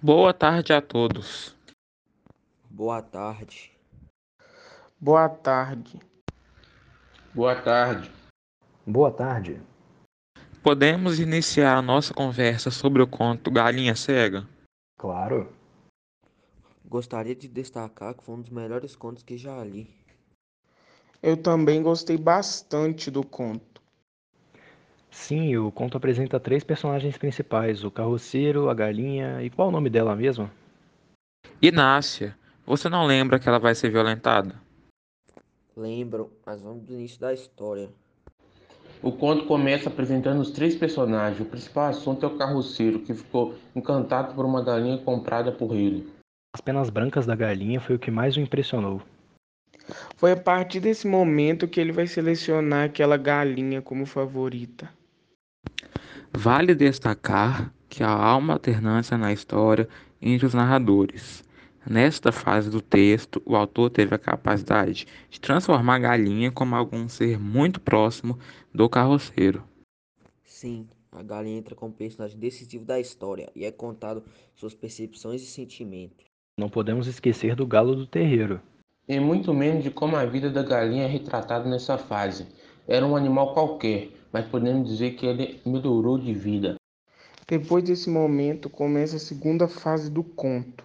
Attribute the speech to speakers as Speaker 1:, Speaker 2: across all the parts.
Speaker 1: Boa tarde a todos.
Speaker 2: Boa tarde.
Speaker 3: Boa tarde.
Speaker 4: Boa tarde.
Speaker 5: Boa tarde.
Speaker 1: Podemos iniciar a nossa conversa sobre o conto Galinha Cega?
Speaker 5: Claro.
Speaker 2: Gostaria de destacar que foi um dos melhores contos que já li.
Speaker 3: Eu também gostei bastante do conto.
Speaker 5: Sim, o conto apresenta três personagens principais: o carroceiro, a galinha e qual o nome dela mesmo?
Speaker 1: Inácia, você não lembra que ela vai ser violentada?
Speaker 2: Lembro, mas vamos do início da história.
Speaker 4: O conto começa apresentando os três personagens. O principal assunto é o carroceiro, que ficou encantado por uma galinha comprada por ele.
Speaker 5: As penas brancas da galinha foi o que mais o impressionou.
Speaker 3: Foi a partir desse momento que ele vai selecionar aquela galinha como favorita.
Speaker 1: Vale destacar que há uma alternância na história entre os narradores. Nesta fase do texto, o autor teve a capacidade de transformar a galinha como algum ser muito próximo do carroceiro.
Speaker 2: Sim, a galinha entra como personagem decisivo da história e é contado suas percepções e sentimentos.
Speaker 5: Não podemos esquecer do galo do terreiro,
Speaker 4: e muito menos de como a vida da galinha é retratada nessa fase. Era um animal qualquer, mas podemos dizer que ele melhorou de vida.
Speaker 3: Depois desse momento, começa a segunda fase do conto.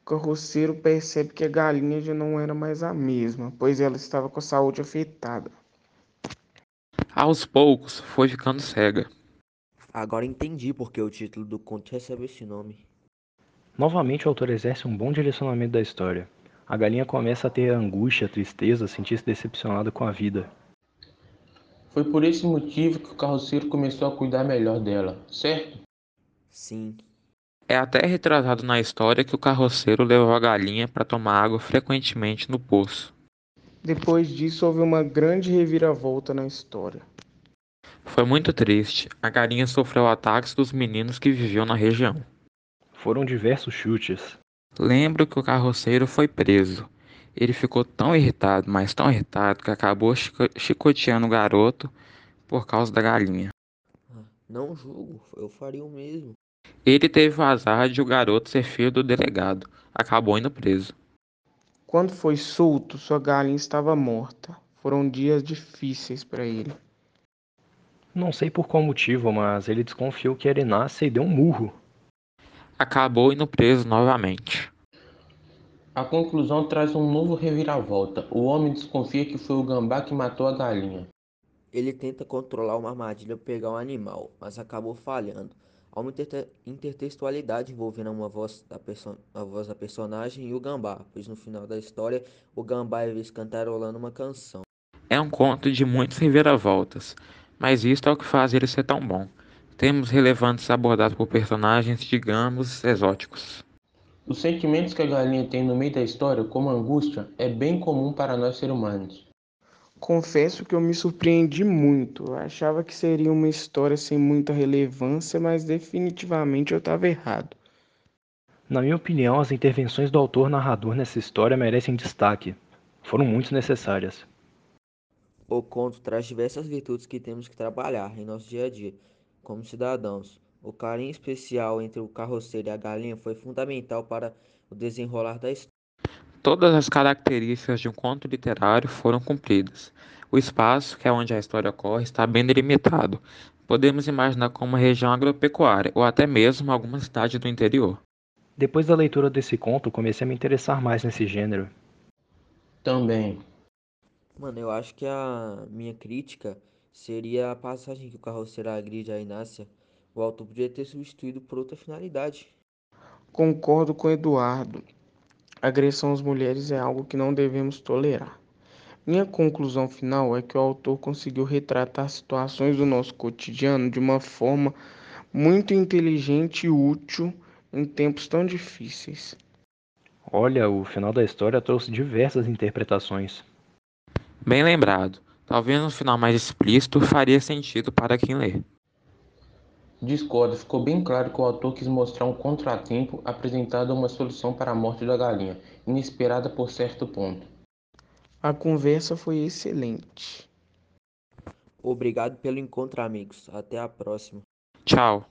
Speaker 3: O carroceiro percebe que a galinha já não era mais a mesma, pois ela estava com a saúde afetada.
Speaker 1: Aos poucos, foi ficando cega.
Speaker 2: Agora entendi por que o título do conto recebe esse nome.
Speaker 5: Novamente, o autor exerce um bom direcionamento da história. A galinha começa a ter angústia, tristeza, sentir-se decepcionada com a vida.
Speaker 4: Foi por esse motivo que o carroceiro começou a cuidar melhor dela, certo?
Speaker 2: Sim.
Speaker 1: É até retratado na história que o carroceiro levou a galinha para tomar água frequentemente no poço.
Speaker 3: Depois disso, houve uma grande reviravolta na história.
Speaker 1: Foi muito triste. A galinha sofreu ataques dos meninos que viviam na região.
Speaker 5: Foram diversos chutes,
Speaker 1: Lembro que o carroceiro foi preso. Ele ficou tão irritado, mas tão irritado, que acabou chico chicoteando o garoto por causa da galinha.
Speaker 2: Ah, Não julgo, eu faria o mesmo.
Speaker 1: Ele teve o azar de o garoto ser filho do delegado. Acabou indo preso.
Speaker 3: Quando foi solto, sua galinha estava morta. Foram dias difíceis para ele.
Speaker 5: Não sei por qual motivo, mas ele desconfiou que era Inácia e deu um murro
Speaker 1: acabou indo preso novamente.
Speaker 4: A conclusão traz um novo reviravolta. O homem desconfia que foi o gambá que matou a galinha.
Speaker 2: Ele tenta controlar uma armadilha para pegar um animal, mas acabou falhando. Há uma intertextualidade envolvendo uma voz da a voz da personagem e o gambá, pois no final da história o gambá é visto cantarolando uma canção.
Speaker 1: É um conto de muitas reviravoltas, mas isto é o que faz ele ser tão bom temas relevantes abordados por personagens, digamos, exóticos.
Speaker 4: Os sentimentos que a galinha tem no meio da história, como angústia, é bem comum para nós seres humanos.
Speaker 3: Confesso que eu me surpreendi muito. Eu achava que seria uma história sem muita relevância, mas definitivamente eu estava errado.
Speaker 5: Na minha opinião, as intervenções do autor narrador nessa história merecem destaque. Foram muito necessárias.
Speaker 2: O conto traz diversas virtudes que temos que trabalhar em nosso dia a dia, como cidadãos. O carinho especial entre o carroceiro e a galinha foi fundamental para o desenrolar da história.
Speaker 1: Todas as características de um conto literário foram cumpridas. O espaço, que é onde a história ocorre, está bem delimitado. Podemos imaginar como uma região agropecuária ou até mesmo alguma cidade do interior.
Speaker 5: Depois da leitura desse conto, comecei a me interessar mais nesse gênero.
Speaker 4: Também.
Speaker 2: Mano, eu acho que a minha crítica seria a passagem que o carroceiro agride a Inácia, o autor podia ter substituído por outra finalidade.
Speaker 3: Concordo com Eduardo. Agressão às mulheres é algo que não devemos tolerar. Minha conclusão final é que o autor conseguiu retratar situações do nosso cotidiano de uma forma muito inteligente e útil em tempos tão difíceis.
Speaker 5: Olha, o final da história trouxe diversas interpretações.
Speaker 1: Bem lembrado. Talvez um final mais explícito faria sentido para quem lê.
Speaker 4: Discordo, ficou bem claro que o autor quis mostrar um contratempo apresentado uma solução para a morte da galinha, inesperada por certo ponto.
Speaker 3: A conversa foi excelente.
Speaker 2: Obrigado pelo encontro, amigos. Até a próxima.
Speaker 1: Tchau.